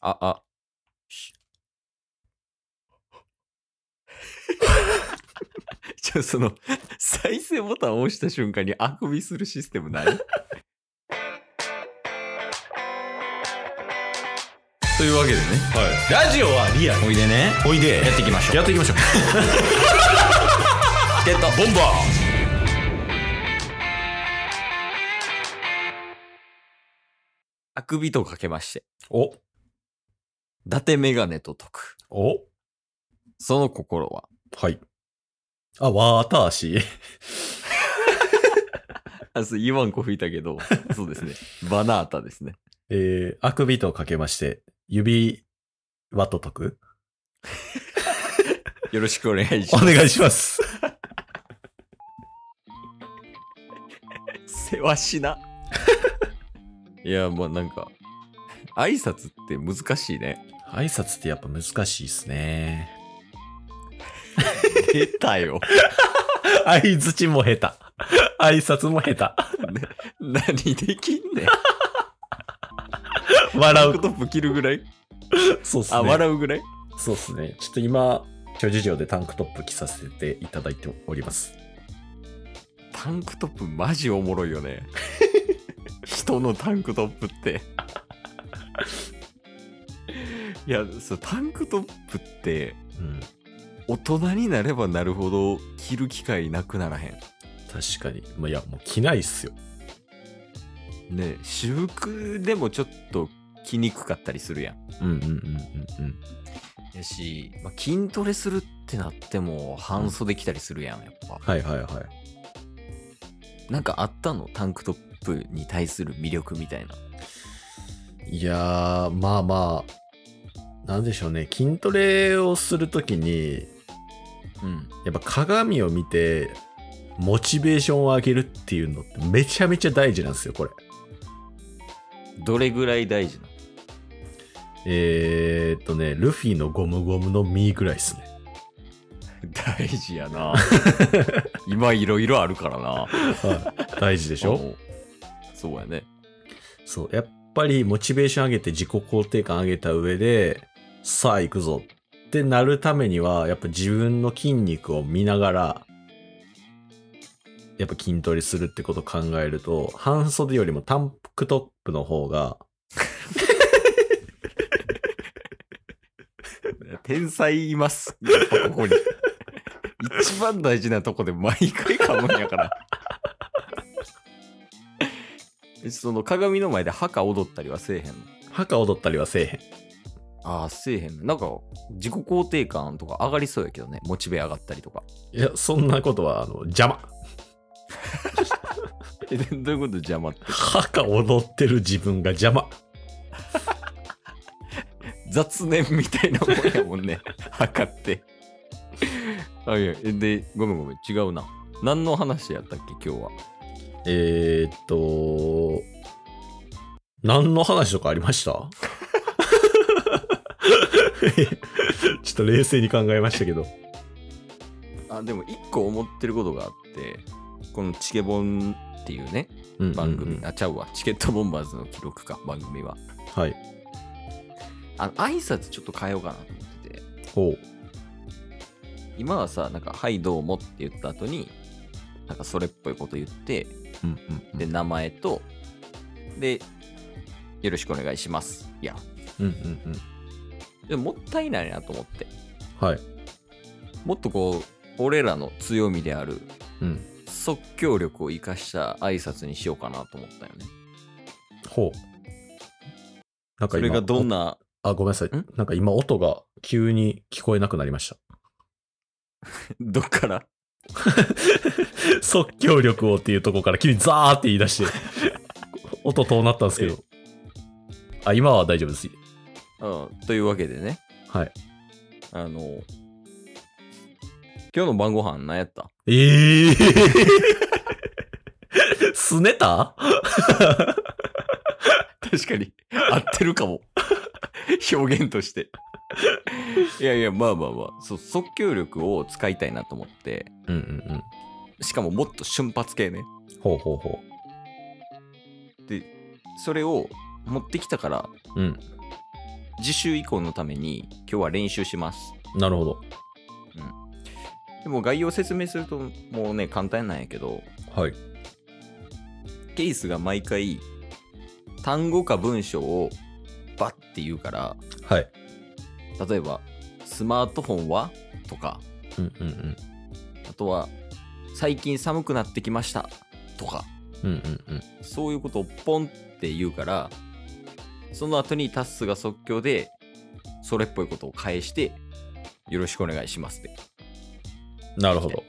あ、あ。 ちょ、その、再生ボタンを押した瞬間にあくびするシステムない というわけでね、はい。ラジオはリアル。おいでね、おいで。やっていきましょう。やっていきましょう。 ゲットボンバあくびとかけまして、ー伊達メガネと解く。おおその心は、はい。あ、わたし。 あ、そう、言わんこ吹いたけど、 そうですね。バナータですね。えー、あくびとかけまして、指輪と解くよろしくお願いし おま願いします。す。せわしな。 いや、まあなんか、挨拶って難しいね。挨拶ってやっぱ難しいっすね。 出たよ。相づちも下手。 挨拶も下 何できんねん。手。笑タンうク。トップ着るぐらいそうっすね。あ、笑うぐらいそうっすね。ちょっと今、諸事情でタンクトップ着させていただいております。タンクトップマジおもろいよね。 人のタンクトップ って。いやそうタンクトップってうん。大人になればなるほど着る機会なくならへん。確かに。まあ、いや、もう着ないっすよ。ね私服でもちょっと着にくかったりするやん。うんうんうんうんうん。やし、まあ、筋トレするってなっても半袖着たりするやんやっぱ。はいはいはい。なんかあったのタンクトップに対する魅力みたいな。いやー、まあまあ、なんでしょうね、筋トレをするときに、うん。やっぱ鏡を見て、モチベーションを上げるっていうのってめちゃめちゃ大事なんですよ、これ。どれぐらい大 事なのえー、っとね、ルフィのゴムゴムの実ぐらいですね。大事やな 今いろいろあるからなはい、大事でで しょそうやねそう、やっぱりモチベーション上げて自己肯定感上げた上で、さあ行くぞってなるためには、やっぱ自分の筋肉を見ながら、やっぱ筋トレするってことを考えると、半袖よりもタンクトップの方が、天才いますやっぱここに一番大事なとこで毎回噛むんやから えその鏡の前で墓踊ったりはせえへんの墓踊ったりはせえへん。ああせえへんのなんか自己肯定感とか上がりそうやけどねモチベ上がったりとかいや、そんなことは、あの、邪魔。えどういうこと邪魔って墓踊ってる自分が邪魔。雑念みたいなもんやもんね墓ってあいやえでごめんごめん違うな何の話やったっけ今日はえー、っと、何の話とかありました ちょっと冷静に考えましたけど。あでも一個思ってることがあってこのチケボンっていうねうん番組、うんうんあちゃうわチケットボンバーズの記録か番組ははい。あ挨拶ちょっと変えようかなと思っててほう。今はさなんか「はいどうも」って言った後になんかそれっぽいこと言ってうんうんうんで名前とで「よろしくお願いします」いやうんうんうん。でももったいないなと思ってはい。もっとこう俺らの強みであるうん。即興力を生かした挨拶にしようかなと思ったよね。ほう。なんかそ今れがどんなおあ、ごめんなさいん。なんか今音が急に聞こえなくなりました。どっから即興力をっていうところから急にザーって言い出 して、音遠なったんですけえど。あ、今は大丈夫です。うんというわけでねはい。あの今日の晩ご飯何やった ええすねた確かに合ってるかも表現としていやいやまあまあまあそう即興力を使いたいなと思ってうんうんうん。しかももっと瞬発系ねほうほうほそれを持ってきたからう。うん。次週以降のために今日は練習します。なるほど。でも概要説明するともうね、簡単なんやけど、はい。ケイスが毎回単語か文章をバッて言うから、はい。例えば、スマートフォンはとか、うんうんうん。あとは、最近寒くなってきましたとか、うんうんうん。そういうことをポンって言うから、その後にタッスが即興で、それっぽいことを返して、よろしくお願いしますって。なるほど。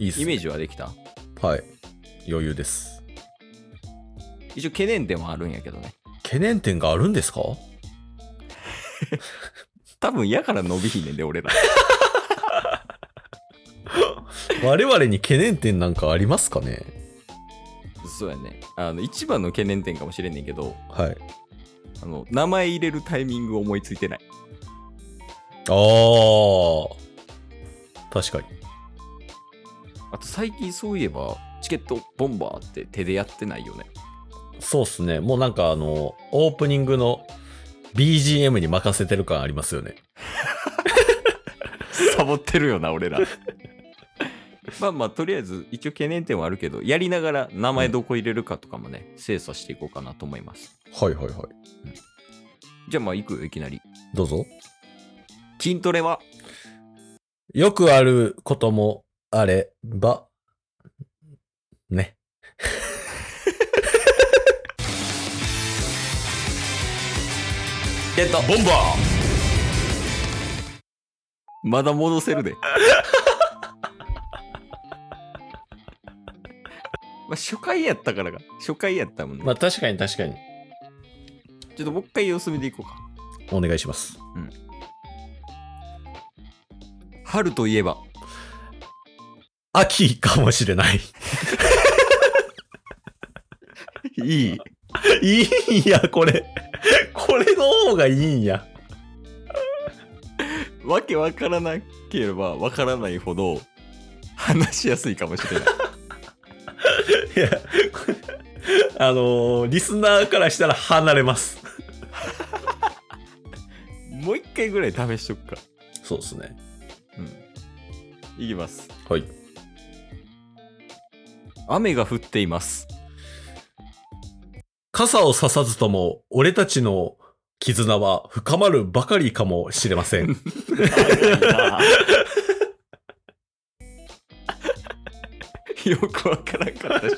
いいっすね。イメージはできたはい。余裕です。一応懸念点はあるんやけどね。懸念点があるんですか多分やから伸びひんねんで、俺ら。我々に懸念点なんかありますかね そうやね。あの、一番の懸念点かもしれんねんけど、はい。あの、名前入れるタイミング思いついてない。あー。確かに。あと最近そういえば、チケットボンバーって手でやってないよね。そうっすね。もうなんかあの、オープニングの BGM に任せてる感ありますよね。サボってるよな、俺ら。 まあまあ、とりあえず、一応懸念点はあるけど、やりながら名前どこ入れるかとかもね、精査していこうかなと思います。はいはいはい。じゃあまあ、行くよ、いきなり。どうぞ。筋トレはよくあることもあれば、ね。ゲットボンバーまだ戻せる で。まあ初回やったからか。初回やったもんね。まあ確かに確かに。ちょっともう一回様子見ていこうか。お願いします。春といえば、秋かもしれない。 いい。いいんや、これ。これの方がいいんや。わけわからなければわからないほど話しやすいかもしれない。いや、これあのーリスナーからしたら離れます。 もう一回ぐらい試しとくか。そうですね。うん。いきます。はい。雨が降っています。傘を差さずとも、俺たちの絆は深まるばかりかもしれ ません。 よくわからんかったし。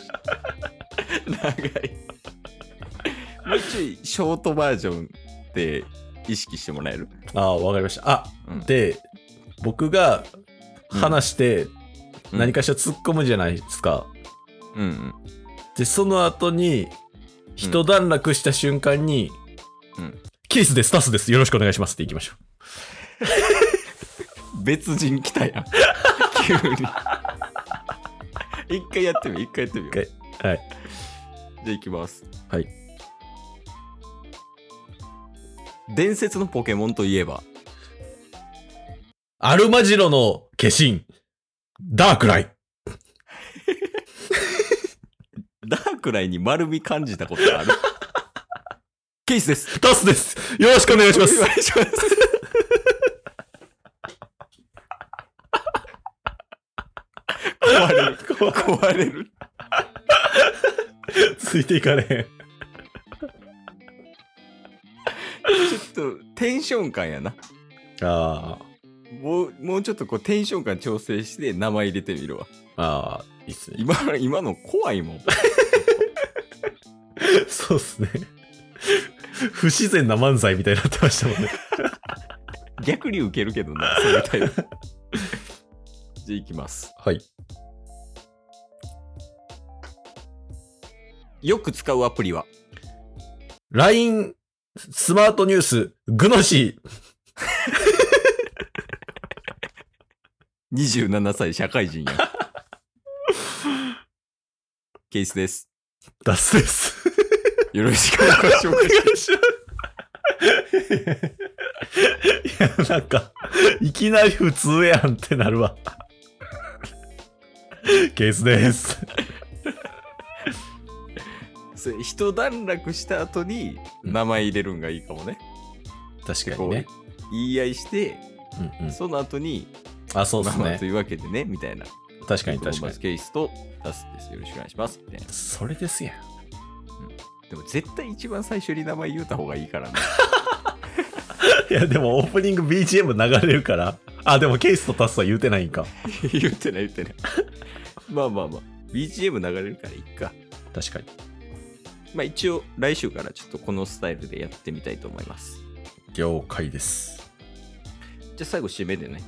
長い。もうちょいショートバージョンって意識してもらえる、ああ、わかりました。あ、うんで、僕が話して何、かしら突っ込むじゃないですか。うんうん、で、その後に、一段落した瞬間に、うんケースです、タスです、よろしくお願いしますっていきましょ別人来たやん 急に一回やってみよう一回やってみよう一回はいじゃあいきますはい伝説のポケモンといえばう。アルマジロの化身、ダークライ。ダークライに丸み感じたことあ るケースですタスです、よろしくお願いしますお。願いします壊れる壊れる ついていかれへん。ちょっとテンション感やなあもうもうちょっとこうテンション感調整して名前入れてみるわあ、ああ、いいっすね。今今の怖いもん そうっすね。不自然な漫才みたいになってましたもんね。逆にウケるけどな そういうタイプじゃあいきますはい。よく使うアプリは LINE、スマートニュース、グノシー。 27歳社会人やケースですダスです。よろしくお願いしまお願いすします。いや、なんか、いきなり普通やんってなるわ。ケースです。それ 一段落した後にうん名前入れるんがいいかもね。確かにね。言い合いして、うんうん。その後に、あ、そうでマすマとね。いうわけでね、みたいな。確かに確かにス。ケースと出すです。よろしくお願いします。みたいなそれですやん。でも絶対一番最初に名前言うた方がいいからね。いや、でもオープニング BGM 流れるから。あ、でもケースとタスは言うてないんか。 言ってない言ってない。まあまあまあ。BGM 流れるからいっか。確かに。まあ一応来週からちょっとこのスタイルでやってみたいと思います。了解です。じゃあ最後締めでね、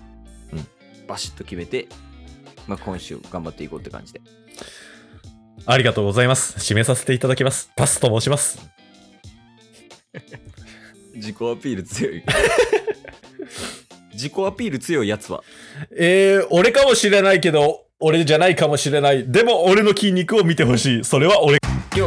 うん、バシッと決めて、まあ、今週頑張っていこうって感じで。ありがとうございます。締めさせていただきます。タスと申します。自己アピール強い。 自己アピール強いやつは、えー、俺かもしれないけど、俺じゃないかもしれない。でも俺の筋肉を見てほしい。それは俺。今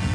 す